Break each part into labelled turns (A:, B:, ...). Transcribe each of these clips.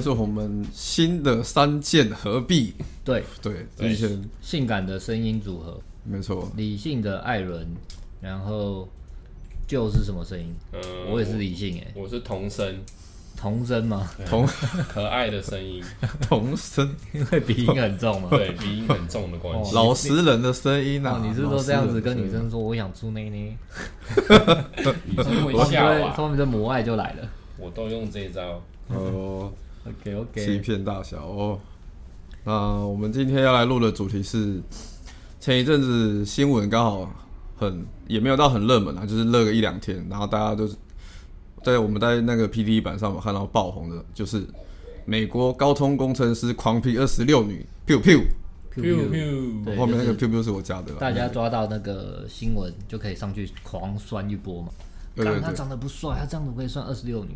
A: 说我们新的三剑合璧，
B: 对，
A: 对，
C: 对
A: 之前
B: 性感的声音组合，
A: 没错，
B: 理性的艾伦，然后就是什么声音？
C: 嗯
B: 我也是理性哎、
C: 我是 童声，
B: 童声吗？
A: 同
C: 可爱的声音，
A: 同声
B: 因为鼻音很重嘛。
C: 对鼻音很重的关系。
A: 老实人的声音啊
B: 哦，，你是
A: 老
B: 说
A: 实
B: 这样子
A: 人的
B: 跟
A: 声
B: 女
A: 音？
B: 生说我想住内内，
C: 你
A: 哦
B: 他
C: 是
B: 们
C: 会
B: 就
C: 笑
B: 会
C: 啊？
B: 他们的母爱就来了。
C: 我都用这一招。
A: 哦，
B: OK
A: 欺
B: OK，
A: 骗大小哦。那我们今天要来录的主题是，前一阵子新闻刚好很也没有到很热门啊，就是热个一两天，然后大家都是在我们在那个 P D 版上有看到爆红的，就是美国高通工程师狂批二十六女，biu biu，
C: Pew pew
B: 对
A: 后面那个
B: 就是
A: biu biu 是我加的啦，
B: 大家抓到那个新闻就可以上去狂酸一波嘛。
A: 对对
B: 干
A: 对
B: 他长得不帅，他这样怎么可以算二十六女？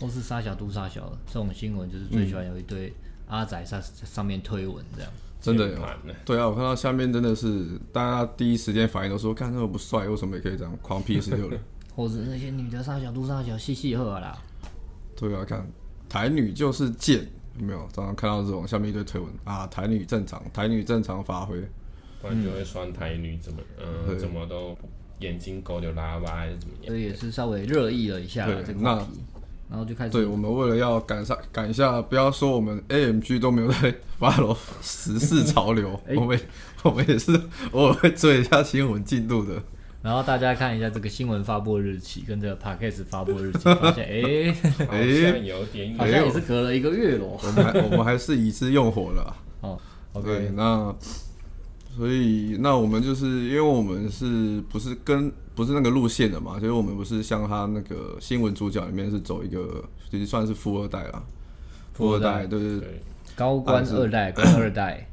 B: 都是杀小都杀小了，这种新闻就是
C: 嗯
B: 最喜欢有一堆阿仔在上面推文这样。
A: 真的有
C: 键盘呢
A: 对啊，我看到下面真的是大家第一时间反应都说，看那个不帅，为什么也可以这样狂批十 六人？
B: 或者那些女的杀小都杀小，嘻嘻呵啦。
A: 对啊，看台女就是贱，有没有？常常看到这种下面一堆推文啊，台女正常，台女正常发挥，
C: 不然就会酸台女怎么，嗯、
A: 嗯对
C: 怎么都眼睛勾流拉吧，还是怎么样？
B: 所以也是稍微热议了一下啦
A: 对
B: 啊这个
A: 那
B: 话题，然后就开
A: 对
B: 始
A: 我们为了要赶上赶一下，不要说我们 AMG 都没有在 follow 时事潮 流，
B: 哎
A: 我们我们也是偶尔会追一下新闻进度的。
B: 然后大家看一下这个新闻发布日期跟这个 podcast 发布日期，发现 哎、
C: 好像有点
B: 好
A: 哎
C: 远。
B: 像也是隔了一个月咯。
A: 我们还我们还是已知用火了啊、
B: 哦
A: 对，
B: ，OK，
A: 那所以那我们就是因为我们是不是跟不是那个路线的嘛？就是我们不是像他那个新闻主角里面是走一个，其实算是富二代啦，富二代对对对，
C: 对，
B: 高官二代，官二代，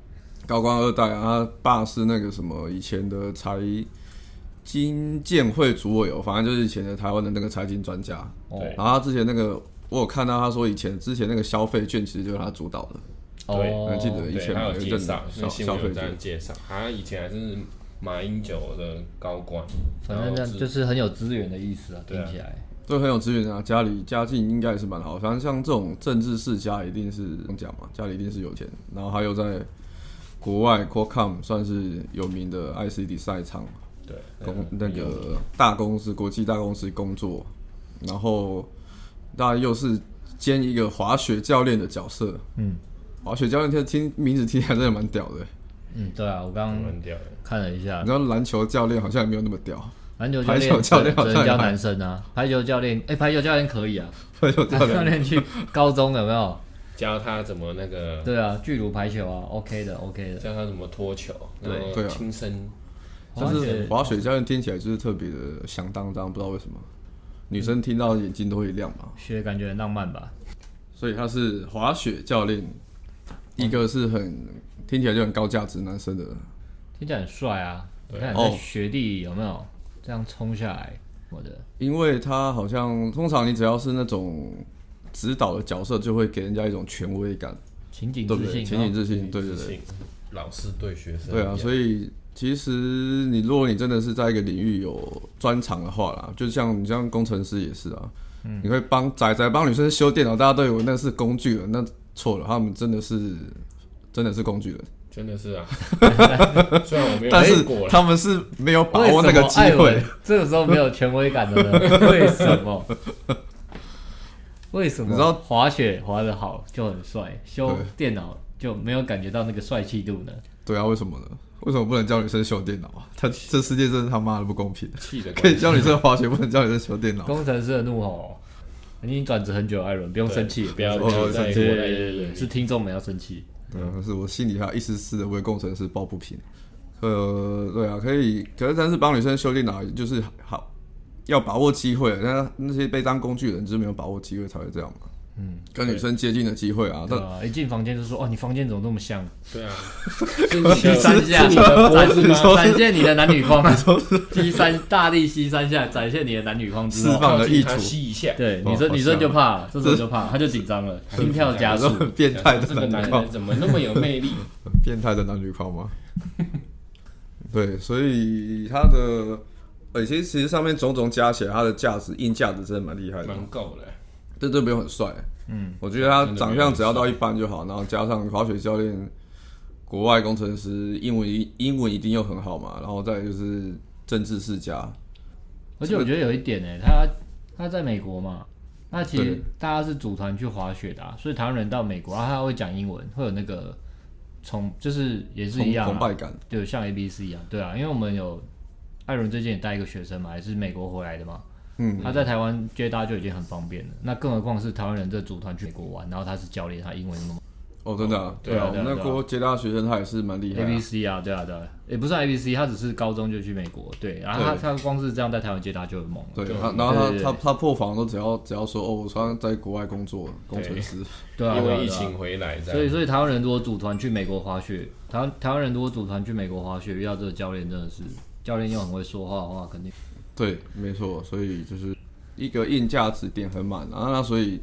A: 高官二代啊，他爸是那个什么以前的财经建会主委哦，反正就是以前的台湾的那个财经专家。
B: 哦
C: 对
A: 然后他之前那个我有看到他说以前之前那个消费券其实就是他主导的，
C: 对
B: 哦
A: 还，记得以
C: 对，
A: 前
C: 他有
A: 有一
C: 介
A: 阵
C: 绍，
A: 消
C: 那新闻
A: 消
C: 有
A: 费
C: 这
A: 券
C: 样。介绍，好像以前还是马英九的高官，
B: 反正这
C: 然
B: 样
C: 后
B: 就是是很有资源的意思啊，听
C: 对啊
B: 起来。
A: 都很有资源啊，家里家境应该也是蛮好。反正像这种政治世家，一定是怎么讲嘛，家里一定是有钱。然后他又在国外 Qualcomm 算是有名的 IC 比赛厂
C: 对啊
A: 公那个大公司，国际大公司工作，然后那又是兼一个滑雪教练的角色。
B: 嗯
A: 滑雪教练听听名字听起来真的蛮屌的，
B: 嗯，对啊，我刚刚
C: 蛮屌的，
B: 看了一下
A: 你知，道篮球教练好像也没有那么屌，
B: 篮球
A: 排球教
B: 教
A: 练
B: 练
A: 好
B: 只只
A: 像
B: 能教
A: 也还
B: 男生啊，排球教练，哎，排球教练可以啊，
A: 篮球教
B: 排球教
A: 练
B: 练去高中有没有？
C: 教他怎么那个，
B: 对啊，巨乳排球啊，OK 的，OK 的。
C: 教他怎么脱球，
B: 对
C: 然
A: 对啊
C: 后轻身，
A: 但
B: 而
A: 是
B: 且
A: 滑雪教练听起来就是特别的响当当，不知道为什么，女生听到眼睛都会亮嘛。
B: 学感觉很浪漫吧？
A: 所以他是滑雪教练，一个是很听起来就很高价值男生的，
B: 听起来很帅啊！你
C: 对
B: 看你在雪地有没有这样冲下来？我的
A: 因为他好像通常你只要是那种指导的角色，就会给人家一种权威感，
B: 情景
A: 对不
B: 自信，
A: 对？情景
B: 哦
A: 自信，对对
C: 自
A: 对。
C: 信，老师对学生一
A: 对
C: 样，
A: 啊，所以其实你如果你真的是在一个领域有专长的话啦，就像你像工程师也是啊，
B: 嗯
A: 你会帮仔仔帮女生修电脑，大家都以为那是工具人，那错了，他们真的是真的是工具人，
C: 真的是 啊，虽然我没有
A: 但是
C: 看过了，
A: 他们是没有把握那
B: 哎为什
A: 个
B: 么
A: 机
B: 艾
A: 会
B: 文。 这个时候没有权威感的 人，为什么？为什么？
A: 你知道
B: 滑雪滑得好就很帅，修
A: 对
B: 电脑就没有感觉到那个帅气度呢？
A: 对啊，为什么呢？为什么不能教女生修电脑啊？他这世界真是他妈的不公平，
C: 气的
A: 可以教女生滑雪，不能教女生修电脑。
B: 工程师的怒吼，你已经转职很久，艾伦，不用生气，
C: 不要
A: 不要
C: 在
A: 哦生
C: 意
A: 气
B: 对
C: 我
B: 对
C: 的
B: 对对
C: 意
B: 对，
C: 见
B: 是听众们要生气。
A: 对啊，可是我心里还有一丝丝的为工程师抱不平。呃，对啊，可以，可是但是帮女生修电脑就是好，要把握机会。那那些被当工具人就是没有把握机会才会这样嘛。嗯，跟女生接近的机会啊，
B: 对
A: 但
B: 啊，一进房间就说：“哦，你房间怎么那么香
C: 对啊，？”
B: 踢三下，展
A: 你说
B: 展现你的男女框，踢三大力吸三下，展现你的男女框之
A: 释
B: 后，
A: 放
C: 靠
A: 了
C: 近
A: 意
C: 他
A: 图，
C: 吸一下，
B: 对
A: 哦
B: 女生
A: 好
B: 女生就
A: 香
B: 怕了，这时候就怕，她就紧张了，心跳加
A: 这
B: 速。
A: 种变态
C: 这个
A: 的
C: 男
A: 男框
C: 人，怎么那么有魅力？
A: 变态的男女框吗？对，所以他的，呃，其实其实上面种种加起来，他的价值硬价值真的蛮厉害的。
C: 蛮够了，
A: 这这没有很帅，嗯，我觉得他长相只要到一般就好，然后加上滑雪教练、国外工程师，英文一英文一定又很好嘛，然后再来就是政治世家，
B: 而且我觉得有一点呢、他他在美国嘛，那其实
A: 对
B: 大家是组团去滑雪的、啊，所以台湾人到美国，啊、他会讲英文，会有那个崇，就是也是
A: 崇
B: 一样、
A: 崇
B: 啊，
A: 拜感，
B: 对，像 A B C 一样，对啊，因为我们有艾伦最近也带一个学生嘛，也是美国回来的嘛，
A: 嗯，
B: 他在台湾接搭就已经很方便了，那更何况是台湾人这组团去美国玩，然后他是教练，他英文那么
A: 哦，真的、啊，
B: 对啊
A: 我
B: 对啊
A: 们那
B: 对啊
A: 国接大学生他也是蛮厉害
B: A
A: 啊、
B: B C 啊，对啊对啊，也不是 A B C，他只是高中就去美国，对，然后他
A: 对
B: 他光是这样在台湾接搭就很猛了，
A: 对
C: 对
A: 他，然后他
B: 对对
A: 他他破防都只要只要说哦，我穿在国外工作，工程师，
B: 对啊，
C: 因
B: 对啊
C: 为疫。
B: 对啊
C: 情回来这
B: 所
C: 样，
B: 以，所以台湾人如果组团去美国滑雪，台湾台湾人如果组团去美国滑雪，遇到这个教练真的是，教练又很会说话的话，肯定
A: 对，没错，所以就是一个硬价值点很满啊，那所以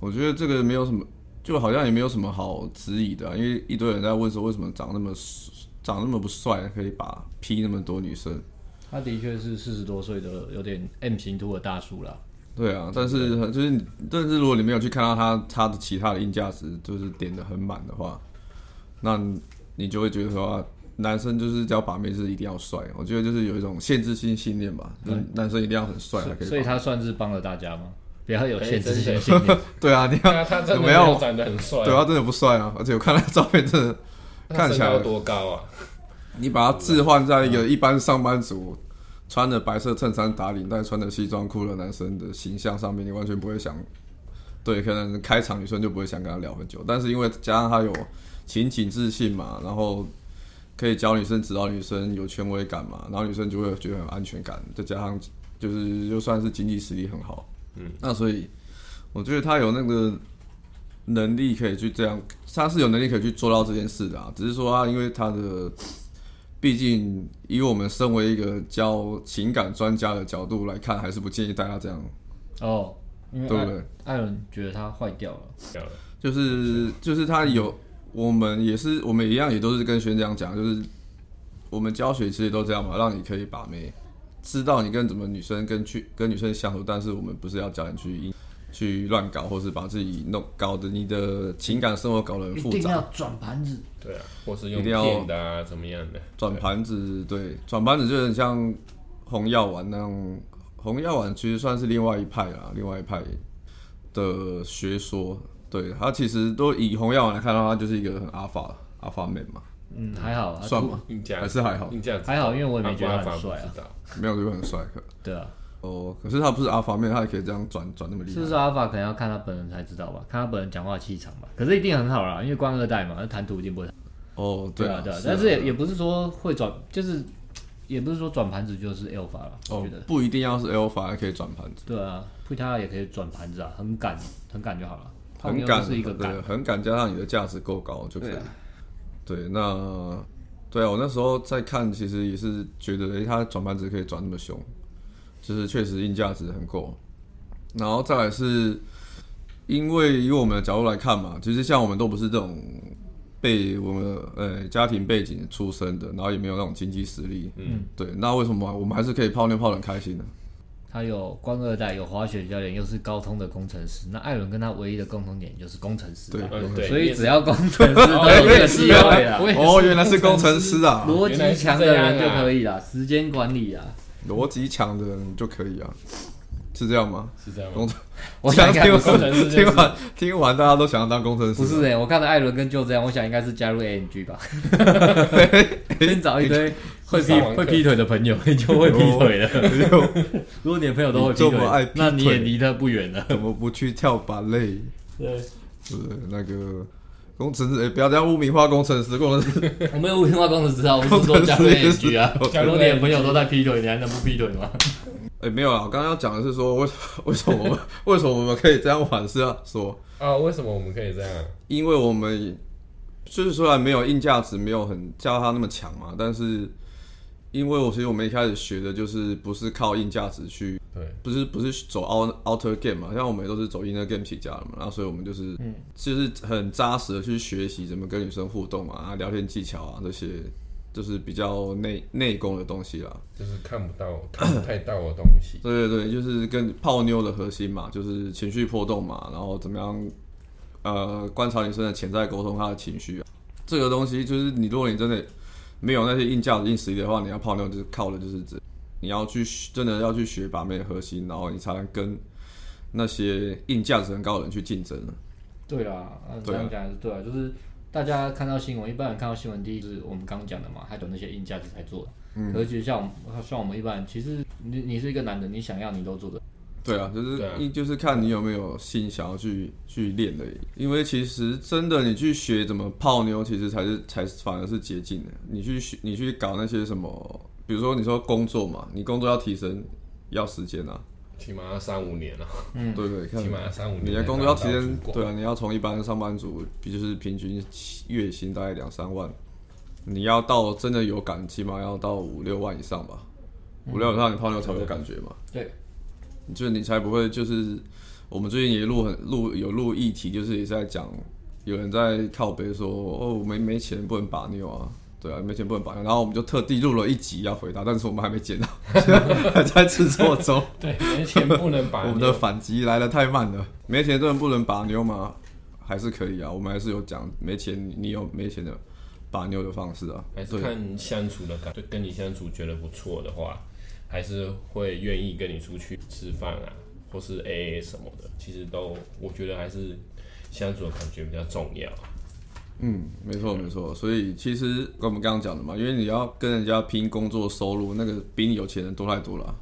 A: 我觉得这个没有什么，就好像也没有什么好质疑的啊、因为一堆人在问说为什么长那么长那么不帅，可以把劈那么多女生，
B: 他的确是四十多岁的有点 M 型秃的大叔啦。
A: 对啊，但是就是你，但是如果你没有去看到他他的其他的硬价值，就是点的很满的话，那你就会觉得说、啊男生就是只要把妹是一定要帅，我觉得就是有一种限制性信念吧，就是男生一定要很帅才可
B: 所以
A: 以把。
B: 他算是帮了大家吗？不要有
C: 哎
B: 限制
C: 真
B: 性
C: 的
B: 信念。
A: 对啊，你
C: 他
A: 要
C: 他真
A: 有
C: 的
A: 没有
C: 长得很帅，
A: 对啊，真的不帅啊，而且我看他照片真的，
C: 他
A: 看
C: 身
A: 起来
C: 高多高啊？
A: 你把他置换在一个一般上班族穿着白色衬衫打领带、穿着西装裤的男生的形象上面，你完全不会想，对，可能开场女生就不会想跟他聊很久。但是因为加上他有情景自信嘛，然后可以教女生、指导女生，有权威感嘛，然后女生就会觉得很安全感，再加上就是就算是经济实力很好，嗯，那所以我觉得他有那个能力可以去这样，他是有能力可以去做到这件事的、啊，只是说他因为他的。毕竟以我们身为一个教情感专家的角度来看，还是不建议大家这样，
B: 哦，因
A: 对不
B: 为
A: 对？
B: 艾艾伦觉得他坏掉了。
C: 这样
A: 就是就是他有，我们也是，我们一样也都是跟学长讲，就是我们教学其实都这样嘛，让你可以把妹，知道你跟怎么女生跟去跟女生相处，但是我们不是要教你去去乱搞，或是把自己弄搞得你的情感生活搞得很复杂。
B: 转盘子，
C: 对啊，或是用
A: 一定要
C: 骗的啊，怎么样的？
A: 转盘子，对，转盘子就很像红药丸那样。红药丸其实算是另外一派啦，另外一派的学说。对，它其实都以红药丸来看的话，它就是一个很阿法阿法妹嘛，
B: 嗯，还好啊，
A: 算吗？
C: 硬价
A: 还是还好，
C: 硬价值
B: 还好因为我也没觉得他
C: 阿
B: 很
C: 不
B: 帅啊
C: 阿不知道
A: 没有这个很帅可
B: 对啊，
A: 哦。可是他不是阿法妹，他也可以这样转转那么厉
B: 是啊
A: 害
B: 不。是阿法可能要看他本人才知道吧？看他本人讲话气场吧。可是一定很好啦，因为官二代嘛，那谈吐一定不会。
A: 哦，
B: 对啊，，
A: 啊
B: 对啊，
A: 啊
B: 但是也也不是说会转，就是也不是说转盘子就是 alpha 了，我
A: 哦
B: 觉得。，
A: 不一定要是 alpha 还可以转盘子，
B: 对啊，p 他也可以转盘子啊，很敢，很敢就好了。
A: 很
B: 他
A: 敢，
B: 们又是一个敢
A: 对，，很敢加上你的价值够高就可以
B: 对
A: 了
B: 啊。
A: 对，那对啊，我那时候在看，其实也是觉得，诶、他转盘子可以转那么凶，就是确实硬价值很够。然后再来是，因为以我们的角度来看嘛，其实像我们都不是这种被我们呃家庭背景出身的，然后也没有那种经济实力，嗯，对，那为什么我们还是可以泡妞泡得很开心呢？
B: 他有官二代，有滑雪教练，又是高通的工程师。那艾伦跟他唯一的共同点就是工程师
A: 对
B: 啊，
C: 嗯，对，
B: 所
C: 你
B: 以
C: 也是
B: 只要工程师都有这个机会啊
C: 我。也是
A: 哦，原来是工程 师啊，
B: 逻辑强的人就可以啦，时间管理 啊，
A: 逻辑强的人就可以啊，是这样吗？
C: 是这样吗
A: 工？程
B: 我想应该不
A: 听
C: 工程师
A: 完
C: 就是
A: 听完听完，大家都想要当工程师。
B: 不是哎、我看到艾伦跟就这样，我想应该是加入 AMG 吧， 先找一堆会劈
C: 上网课
B: 会劈腿的朋友，你就会劈腿了。
A: 哎呦，
B: 如果你的朋友都会劈
A: 你这么爱
B: 腿
A: 劈，腿
B: 那你也离他不远了。
A: 怎么不去跳芭蕾？
B: 对，
A: 是不是那个工程师？哎、不要这样污名化工程师，工程师
B: 我没有文化工程师啊，我是说加入 AMG 啊。
A: 工
C: 程师也是
B: 如果你的朋友都在劈腿，你还能不劈腿吗？
A: 哎、没有啦，我刚刚要讲的是说，为 为什么我们为什么我们可以这样玩？是要说，
C: 啊，为什么我们可以这样？啊
A: 因为我们就是虽然没有硬价值，没有很叫它那么强嘛，但是因为我其实我们一开始学的就是不是靠硬价值去
C: 对，
A: 不是不是走 out outer game 嘛，像我们也都是走 inner game 起家的嘛，然后所以我们就是、就是很扎实的去学习怎么跟女生互动啊、聊天技巧啊这些就是比较内内功的东西啦。
C: 就是看不到、 看不太到的东西。
A: 对对对，就是跟泡妞的核心嘛，就是情绪波动嘛，然后怎么样，呃，观察女生的潜在沟通她的情绪、啊，这个东西就是你如果你真的没有那些硬价值、硬实力的话，你要泡妞就是靠的就是这，你要去学真的要去学把妹的核心，然后你才能跟那些硬价值很高的人去竞争。啊
B: 对啦，那这
A: 对啊
B: 样讲也是对啊，就是大家看到新闻，一般人看到新闻，第一就是我们刚刚讲的嘛，还有那些硬价值才做的。嗯，可是其实像我们像我们一般人，其实你你是一个男的，你想要你都做的。
A: 对啊，就是
C: 对啊
A: 一就是看你有没有心想要去去练的，因为其实真的你去学怎么泡妞，其实才是才反而是捷径的。你去学你去搞那些什么，比如说你说工作嘛，你工作要提升要时间啊，
C: 起码要三五年了，
B: 嗯
A: 对不对？看
C: 起码要三五年。
A: 你的工作要提升，对
C: 对，
A: 啊，你要从一般上班族，比就是平均月薪大概两三万，你要到真的有感，起码要到五六万以上吧，五六万以上你泡妞才会有感觉嘛。
B: 对，
A: 就你才不会就是我们最近也录很录有录议题，就是也是在讲有人在靠背说哦我没没钱不能把妞啊，对啊没钱不能把妞，然后我们就特地录了一集要回答，但是我们还没剪到， 还在制作中，
C: 对，而且不能 把
A: 我们的反击来的太慢了，没钱真的不能把妞吗？还是可以啊，我们还是有讲没钱你有没钱的把妞的方式啊，
C: 还是
A: 对
C: 看相处的感觉，跟你相处觉得不错的话，还是会愿意跟你出去吃饭啊，或是 AA 什么的。其实都，我觉得还是相处的感觉比较重要。啊
A: 嗯，没错没错，所以其实跟我们刚刚讲的嘛，因为你要跟人家拼工作收入，那个比你有钱人多太多了啊，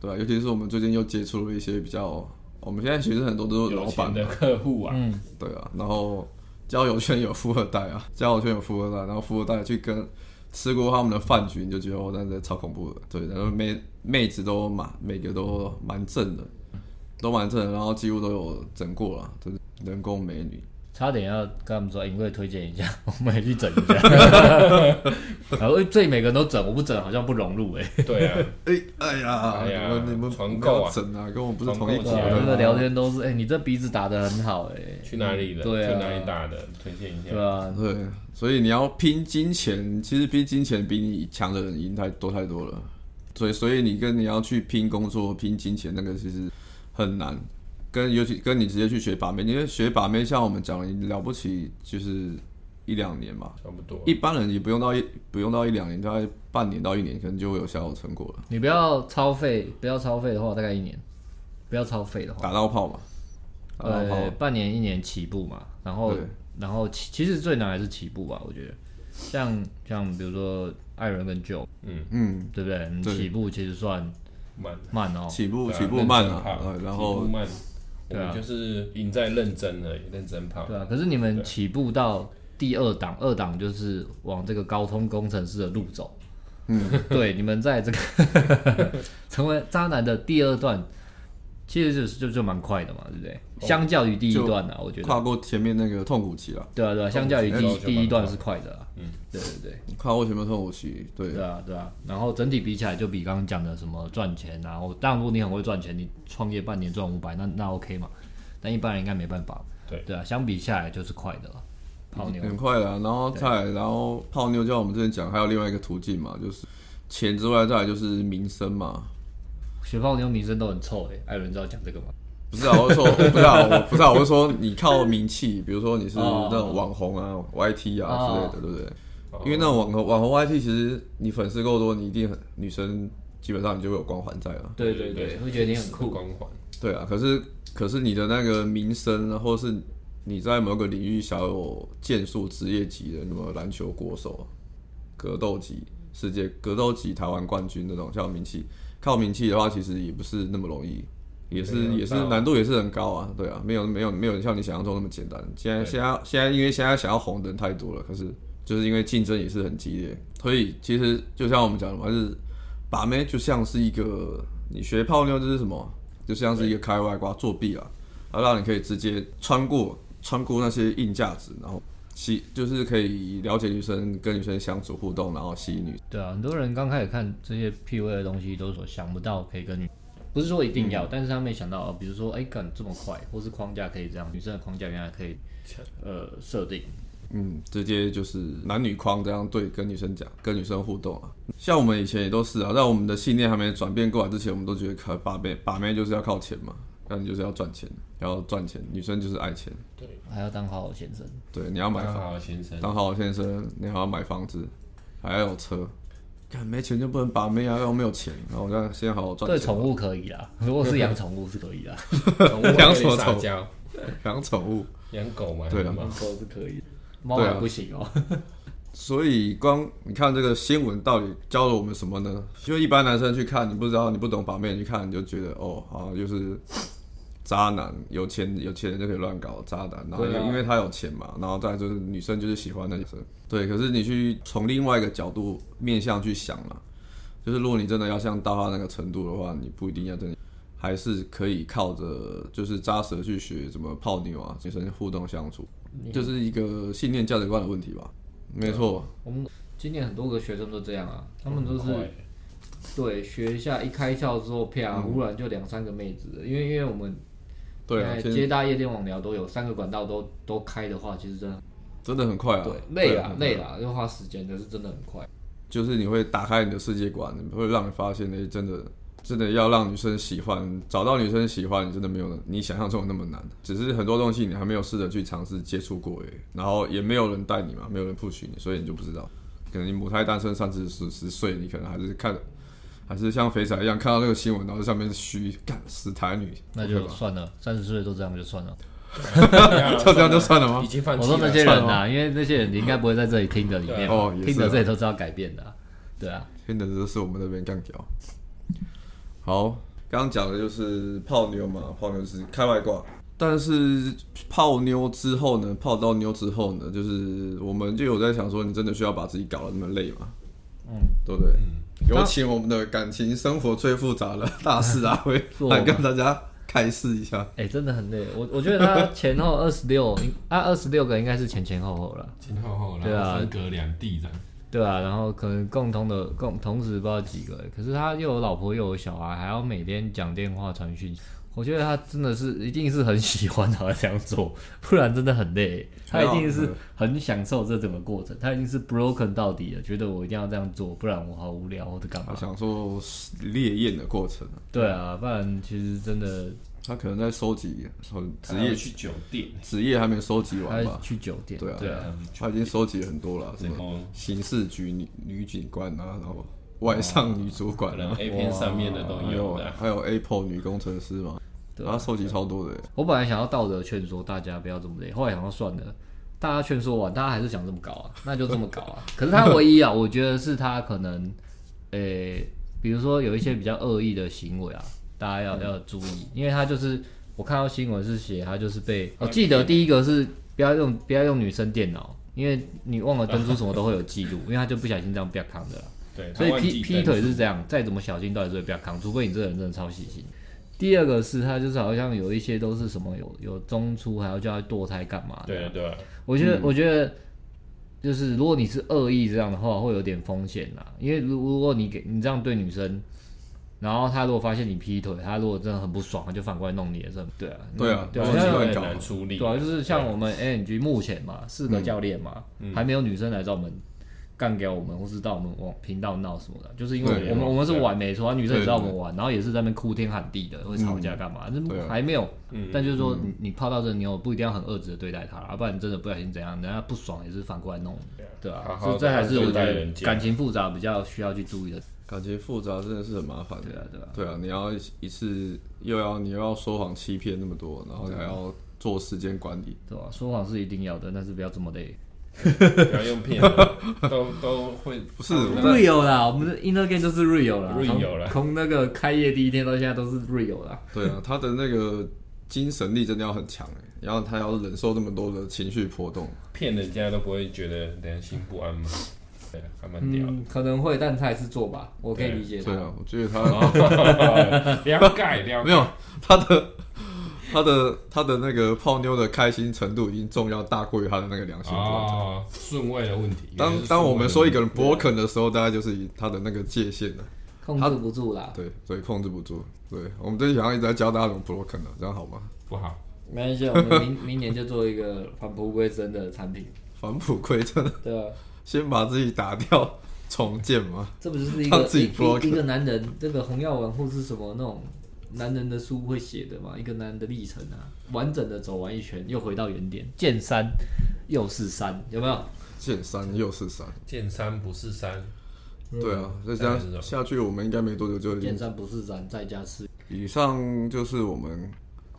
A: 对吧、尤其是我们最近又接触了一些比较，我们现在其实很多都是
C: 有
A: 老板
C: 钱，的客户啊，
A: 对啊，然后交友圈有富二代啊，交友圈有富二代，然后富二代去跟吃过他们的饭局，你就觉得哦，那真的超恐怖的，对，然后妹妹子都蛮每个都蛮正的， 都蛮正的，然后几乎都有整过了，就是人工美女。
B: 差点要跟他们说，哎隐晦推荐一下， 我们也去整一 下。然后哎这每个人都整，我不整好像不融入哎、
C: 对啊，
A: 哎、哎呀，
C: 哎呀
A: 你们你们
C: 团购啊
A: 不要整啊，跟我不是同一
C: 团
A: 国
C: 购啊
B: 欸，
A: 的
B: 真
A: 啊，
B: 的聊天都是哎、你这鼻子打得很好哎、
C: 去哪 里的？
B: 对啊
C: 去哪里打的？推荐一
B: 对啊
C: 下。
B: 吧、
A: 对，啊所以你要拼金钱，其实拼金钱比你强的人赢太多太多了。所以，所以你跟你要去拼工作、拼金钱，那个其实很难。跟尤其跟你直接去学把妹，因为学把妹像我们讲的，你了不起就是一两年嘛，
C: 差不多。
A: 一般人也不用到一不用到一两年，大概半年到一年，可能就会有小有成果了。
B: 你不要超费，不要超费的话，大概一年；不要超费的话，
A: 打到炮嘛，打到炮
B: 呃，，
C: 哎
B: 半年一年起步嘛。然后
A: 对，
B: 然后其其实最难还是起步吧，我觉得。像像比如说艾伦跟 Joe，
C: 嗯，
A: 嗯，
B: 对不对？你
A: 对
B: 起步其实算
C: 慢。
B: 慢哦，
A: 起步
C: 对啊
A: 起步慢
C: 认
A: 啊
C: 真，跑
A: 呃然
C: 起步
A: 后
C: 慢，我
B: 对啊
C: 们就是赢在认真而已，认真跑。
B: 对啊。可是你们起步到第二档，二档就是往这个高通工程师的路走。嗯， 对，你们在这个成为渣男的第二段，其实就是就就蛮快的嘛，对不对？相较于第一
A: 就
B: 段啊，我觉得。
A: 跨过前面那个痛苦期了。
B: 对啊，对啊，相较于
C: 那
B: 第
C: 我觉得
B: 第一段是快的啊。
C: 嗯，
B: 对对
A: 跨过前面痛苦期，对
B: 对，对啊对啊。然后整体比起来，就比刚刚讲的什么赚钱啊，我当然如果你很会赚钱，你创业半年赚五百，那那 OK 嘛。但一般人应该没办法。
C: 对
B: 对啊，嗯相比下来就是快的了。泡妞，
A: 很快了。然后再来然后泡妞，就像我们之前讲，还有另外一个途径嘛，就是钱之外，再来就是名声嘛。
B: 学泡妞名声都很臭哎、艾伦知道讲这个吗？
A: 不是啊，我是说，我不是 啊，我不是啊，我是说你靠名气，比如说你是
B: 哦
A: 那种网红啊、YT 啊之类的，对不对？
C: 哦
A: 因为那种网红网红 YT，其实你粉丝够多，你一定很女生基本上你就会有光环在了。
B: 对对对，会觉得你很酷。
C: 光环。
A: 对啊，可是可是你的那个名声啊，或是你在某个领域小有建树，职业级的，什么篮球国手、啊格斗级、世界格斗级台湾冠军那种，像有名气，靠名气的话，其实也不是那么容易，也
C: 没有
A: 是
C: 到
A: 也是难度也是很高啊，对啊，没有没有没有像你想象中那么简单。现在
C: 对
A: 现在现在因为现在想要红的人太多了，可是就是因为竞争也是很激烈，所以其实就像我们讲的嘛，就是把妹就像是一个你学泡妞就是什么，就像是一个开外挂作弊啊，它让你可以直接穿过穿过那些硬价值，然后吸就是可以了解女生跟女生相处互动，然后吸引女。
B: 对啊，很多人刚开始看这些 PUA 的东西，都说想不到可以跟女，不是说一定要，但是他没想到，哦比如说，哎、干这么快，或是框架可以这样，女生的框架原来可以，呃，设定，
A: 嗯，直接就是男女框这样对跟女生讲，跟女生互动啊。像我们以前也都是啊，在我们的信念还没转变过来之前，我们都觉得靠把妹把妹就是要靠钱嘛，那你就是要赚钱，要赚钱，女生就是爱钱，
C: 对，
B: 还要当好好先生。
A: 对，你要买
C: 刚
A: 房，
C: 好先生，
A: 当好好先生，你还要买房子，还要有车。干没钱就不能把妹啊，又没有钱，然后我要先好好赚
B: 对
A: 钱，
B: 宠物可以 啦，如果是养宠物是可 以啦，
C: 宠物还
A: 养
C: 可以
A: 什么
C: 撒
A: 宠物
C: 娇，
A: 养宠物。
C: 养狗嘛，
A: 对啊
C: 嘛，
B: 狗哦是可以的，猫
A: 对
B: 还
A: 啊
B: 不行哦。
A: 所以光你看这个新闻到底教了我们什么呢？因为一般男生去看，你不知道，你不懂把妹，你去看你就觉得哦，好就是渣男，有钱有钱人就可以乱搞渣男，然后就
C: 对啊
A: 因为他有钱嘛，然后再来就是女生就是喜欢那女生，对。可是你去从另外一个角度面向去想嘛，就是如果你真的要像大花那个程度的话，你不一定要真的。还是可以靠着就是扎实地去学怎么泡妞啊，女生互动相处，
C: 嗯
A: 就是一个信念价值观的问题吧。没错，
B: 我们今年很多个学生都这样啊，他们都
C: 很
B: 是
C: 快
B: 对学校一开窍之后，啪，忽然就两三个妹子了，因为因为我们
A: 对啊，
B: 现在
A: 现
B: 哎接搭夜店网聊都有三个管道都都开的话，其实真的
A: 真的很快啊，
B: 对累啊
A: 很快
B: 累，啊，要花时间，但是真的很快。
A: 就是你会打开你的世界观，你会让你发现，哎、真的真的要让女生喜欢，找到女生喜欢，你真的没有你想象中的那么难，只是很多东西你还没有试着去尝试接触过、哎，然后也没有人带你嘛，没有人 push 你，所以你就不知道，可能你母胎单身三至十十岁，你可能还是看。还是像肥仔一样看到那个新闻，然后上面是虚干死台女，
B: 那
A: 不
B: 就
A: 会吧
B: 算了，三十岁都这样就算了。
A: 就这样就算了吗
C: 已？经放
B: 我
C: 弃
B: 说那
C: 了，
B: 些人啊，因为那些人你应该不会在这里听的里面嘛，
A: 对哦也是啊
B: 听的这里都知道改变的啊、对啊，
A: 听的都是我们那边干掉。好，刚刚讲的就是泡妞嘛，泡妞是开外挂。但是泡妞之后呢，泡到妞之后呢，就是我们就有在想说，你真的需要把自己搞得那么累吗？嗯，对不对？有请我们的感情生活最复杂的大师阿辉
B: 做
A: 来跟大家开示一下。
B: 哎、真的很累。我我觉得他前后二十六，啊，二十六个应该是前前后后了，
C: 前后后，
B: 对
C: 然
B: 啊
C: 后分隔两地这样，
B: 对啊，然后可能共同的共同时不知道几个，可是他又有老婆又有小孩，还要每天讲电话传讯息。我觉得他真的是一定是很喜欢才会这样做，不然真的很累。他一定是很享受这整个过程，他一定是 broken 到底了，觉得我一定要这样做，不然我好无聊或者干嘛
A: 他。想说烈焰的过程，
B: 对啊，不然其实真的
A: 他可能在收集从职
B: 哎
C: 还要
A: 业
C: 去酒店，
A: 职业还没收集
B: 他
A: 完吧
B: 要？去酒店，
A: 对啊，
B: 哎对啊，
C: 啊
A: 他已经收集很多了，什
C: 然
A: 么
C: 后
A: 刑事局女女警官啊，然后外上女主
C: 可
A: 管
C: 能
A: 啊，
C: A 片上面的都
A: 还有
C: 有的啊，
A: 还有 Apple 女工程师嘛，
B: 哦对啊
A: 他收集超多的耶，
B: 我本来想要道德劝说大家不要这么累，后来想要算了，大家劝说完，大家还是想这么搞啊，那就这么搞啊。可是他唯一啊，我觉得是他可能，呃、比如说有一些比较恶意的行为啊，大家要要注意，因为他就是我看到新闻是写他就是被，我、记得第一个是不要用不要用女生电脑，因为你忘了登出什么都会有记录，因为他就不小心这样不要扛的啦。
C: 对，
B: 所以
C: 他忘记
B: 劈劈
C: 登
B: 腿
C: 记
B: 是这样，再怎么小心，到底是会被他扛，除非你这个人真的超细心。第二个是他就是好像有一些都是什么有有中出，还要叫他堕胎干嘛的？
C: 对啊对啊，
B: 我
A: 嗯
B: 觉得、我觉得就是如果你是恶意这样的话，会有点风险啦。因为如如果你给你这样对女生，然后她如果发现你劈腿，她如果真的很不爽，她就反过来弄你也是很对啊，
A: 对啊
B: 对啊
A: 我，
B: 像
A: 习惯
C: 很
A: 搞
C: 难处理，
B: 对啊，就是像我们 ANG 目前嘛，四个教练嘛，还没有女生来找我们干掉我们，或是到我们网频道闹什么的，就是因为
A: 对
B: 我们
C: 对
B: 我们是玩没错，啊女生也
A: 对
B: 知道我们玩，然后也是在那边哭天喊地的，会吵架干嘛？
A: 对
B: 这
A: 啊
B: 还没有，但就是说你你泡到这个妞，不一定要很恶质的对待她啦，不然真的不小心怎样，人家不爽也是反过来弄你，对啊
C: 好，好
B: 所以这还是我觉
C: 对待
B: 得
C: 人家
B: 感情复杂比较需要去注意的，
A: 感情复杂真的是很麻烦
B: 对
A: 的。
B: 啊，对啊。
A: 对啊，你要一次又要你又要说谎欺骗那么多，然后你还要做时间管理，
B: 对吧、说谎是一定要的，但是不要这么累。
C: 不要用骗的，都都会
A: 不是
C: 那
B: real 啦，我们的 inner game 就是 real 啦
C: real 啦
B: 从从那个开业第一天到现在都是 real 啦。
A: 对 啊，他的那个精神力真的要很强哎，然后他要忍受那么多的情绪波动，
C: 骗人家都不会觉得良心不安 吗？对啊，还蛮屌的。
B: 嗯，可能会，但他还是做吧，我可以理解他哦
A: 对。啊，我觉得他
C: 哦 了解了
A: 没有他的他的他的那个泡妞的开心程度已经重要大过于他的那个良
C: 解
A: 心观。
C: 哦，顺位的问题。也
A: 当
C: 是
A: 当我们说一个人
C: 顺位
A: broken 的时候，大概就是以他的那个界限了，
B: 控制不住
C: 啊
B: 啦，
A: 对，所以控制不住。对我们这一好像一直在教大家怎么 broken 的，这样好吗？
C: 的问题不好，
B: 啊 没关系，我们明明年就做一个返璞归真的产品。
A: 返璞归真，
B: 对啊，
A: 先把自己打掉重建嘛。
B: 这不就是一
A: 他
B: 个
A: 自己
B: 一
A: block
B: 一个男人这个红药丸或是什么那种男人的书会写的嘛？一个男人的历程啊，完整的走完一圈，又回到原点，见山又是山，有没有？
A: 见山又是山，
C: 见山不是山，
A: 对啊，再这样
C: 嗯当然是啊
A: 下去，我们应该没多久就已经
B: 见山不是山，在家吃。
A: 以上就是我们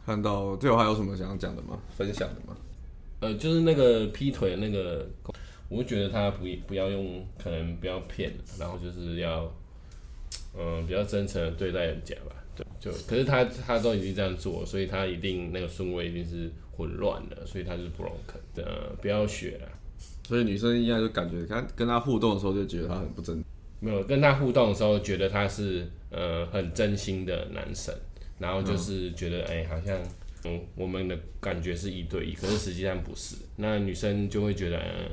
A: 看到最后还有什么想要讲的吗？分享的吗？
C: 呃，就是那个劈腿那个，我就觉得他不不要用，可能不要骗，然后就是要，嗯、比较真诚的对待人家吧。对，就可是他他都已经这样做，所以他一定那个顺位一定是混乱的，所以他就是 broken 的、呃，不要学啊。
A: 所以女生应该就感觉跟跟他互动的时候就觉得他很不真，
C: 没有跟他互动的时候，觉得他是呃很真心的男神，然后就是觉得哎、好像嗯我们的感觉是一对一，可是实际上不是。那女生就会觉得，嗯、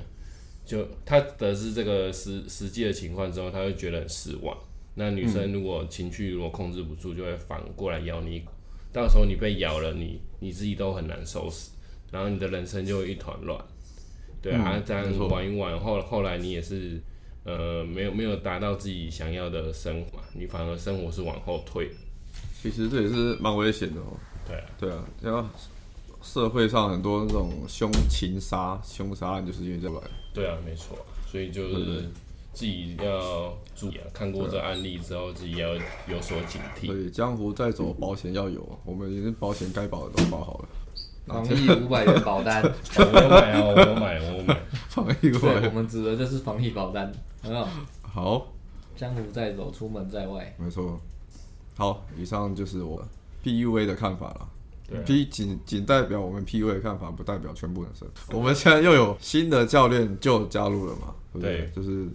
C: 就她得知这个实实际的情况之后，她会觉得很失望。那女生如果情绪如果控制不住，就会反过来咬你一口，到时候你被咬了，你你自己都很难收拾，然后你的人生就一团乱。对啊，
A: 嗯
C: 这
A: 没错
C: 样玩一玩，后后来你也是呃，没有没有达到自己想要的生活嘛，你反而生活是往后退的。
A: 其实这也是蛮危险的哦。
C: 对啊，
A: 对啊，然后社会上很多那种凶情杀、凶杀案就是因为这个。
C: 对啊，没错啊、所以就
A: 对对
C: 是自己要注意啊，看过这案例之后，自己要有所警
A: 所
C: 惕。
A: 以江湖再走，保险要有，我们已经保险该保的都保好了， 啊
B: 防疫五百元保单，
C: 我有买啊，我有买，我 有买。
A: 防疫过
B: 对，我
A: 来。
B: 们指的就是防疫保单，有没有？
A: 好，
B: 江湖在走，出门在外。
A: 没错。好，以上就是我 PUA 的看法了。
C: 对啊
A: P 仅仅代表我们 PUA 的看法，不代表全部男生。我们现在又有新的教练就加入了嘛，对不对？
C: 对
A: 就是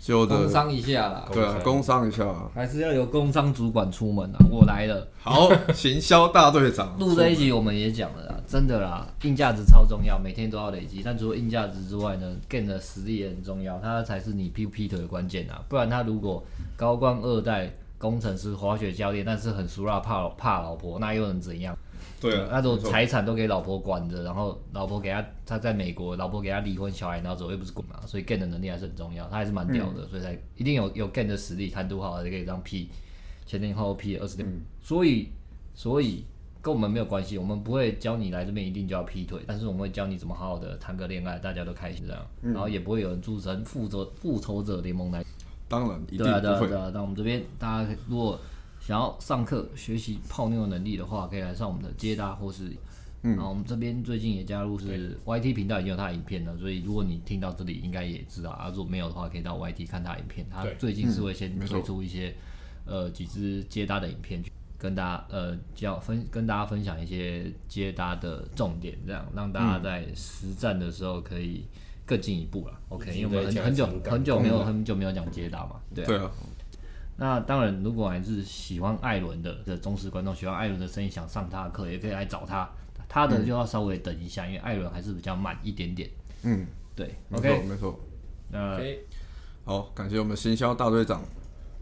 A: 旧
B: 工
A: 的，
B: 商一下啦，
A: 对啊，工
C: 工
A: 商一下。
B: 还是要由工商主管出门啊。我来了，
A: 好，行销大 队长
B: 录这一集我们也讲了啦，真的啦，硬价值超重要，每天都要累积。但除了硬价值之外呢，gain 的实力也很重要，它才是你劈不劈腿的关键啊。不然他如果高官二代、工程师、滑雪教练，但是很俗辣怕老怕老婆，那又能怎样？
A: 对
C: 嗯
A: 啊，
B: 嗯那种
A: 没错
B: 财产都给老婆管着，然后老婆给他，他在美国，老婆给他离婚，小孩拿走又不是滚嘛，所以 gain 的能力还是很重要，他还是蛮屌的，
A: 嗯
B: 所以才一定有有 gain 的实力，谈吐好才可以让 P 前前后后 P 二十
A: 嗯
B: 年，所以所以跟我们没有关系，我们不会教你来这边一定就要劈腿，但是我们会教你怎么好好的谈个恋爱，大家都开心这样，
A: 嗯
B: 然后也不会有人铸成复仇复仇者联盟来。
A: 当然一定
B: 对啊，对啊，
A: 不
B: 对
A: 会。
B: 啊。那我们这边大家如果想要上课学习泡妞的能力的话，可以来上我们的接搭或是。
A: 嗯
B: 然后我们这边最近也加入是 YT 频道已经有他的影片了，所以如果你听到这里应该也知道啊，如果没有的话可以到 YT 看他的影片，他
C: 对
B: 最近是会先
A: 嗯没错
B: 推出一些、呃几支接搭的影片，跟大家呃教分跟大家分享一些接搭的重点，这样让大
A: 嗯
B: 家在实战的时候可以更进一步了。OK，因为我们
C: 已经
B: 很很
C: 在
B: 久
C: 讲情感
B: 很久没
A: 嗯
B: 有很久没有讲接搭嘛，对啊
A: 对啊，
B: 那当然，如果还是喜欢艾伦的的忠实观众，喜欢艾伦的声音，想上他的课，也可以来找他。他的就要稍微等一下，因为艾伦还是比较慢一点点。
A: 嗯，
B: 对
A: 没错
B: ，OK，
A: 没错。
B: 那
C: OK，
A: 好，感谢我们行销大队长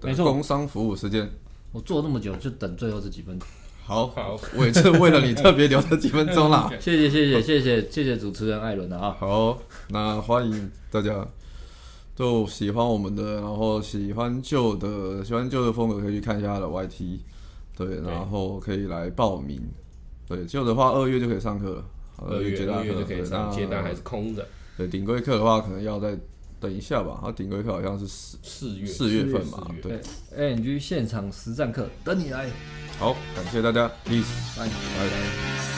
A: 的
B: 没错
A: 工商服务时间。
B: 我做那么久，就等最后这几分钟。
A: 好，
C: 好，
A: 我也是为了你特别留了几分钟 啦。
B: 谢谢，谢谢，谢谢，谢谢主持人艾伦了啊！
A: 好，那欢迎大家，就喜欢我们的，然后喜欢旧的，喜欢旧的风格可以去看一下他的 YT，对，然后可以来报名。对，旧的话二月就可以上课了，
C: 二
A: 接
C: 月
A: 大
C: 二月
A: 课
C: 就可以上接单，还是空的。
A: 对顶规课的话，可能要再等一下吧。它啊顶规课好像是四
C: 四月
A: 四月份嘛
C: 四月，
B: 哎
A: 对。
B: ，ANG 现场实战课等你来，
A: 好，感谢大家，peace，
B: 拜拜。
A: 拜拜。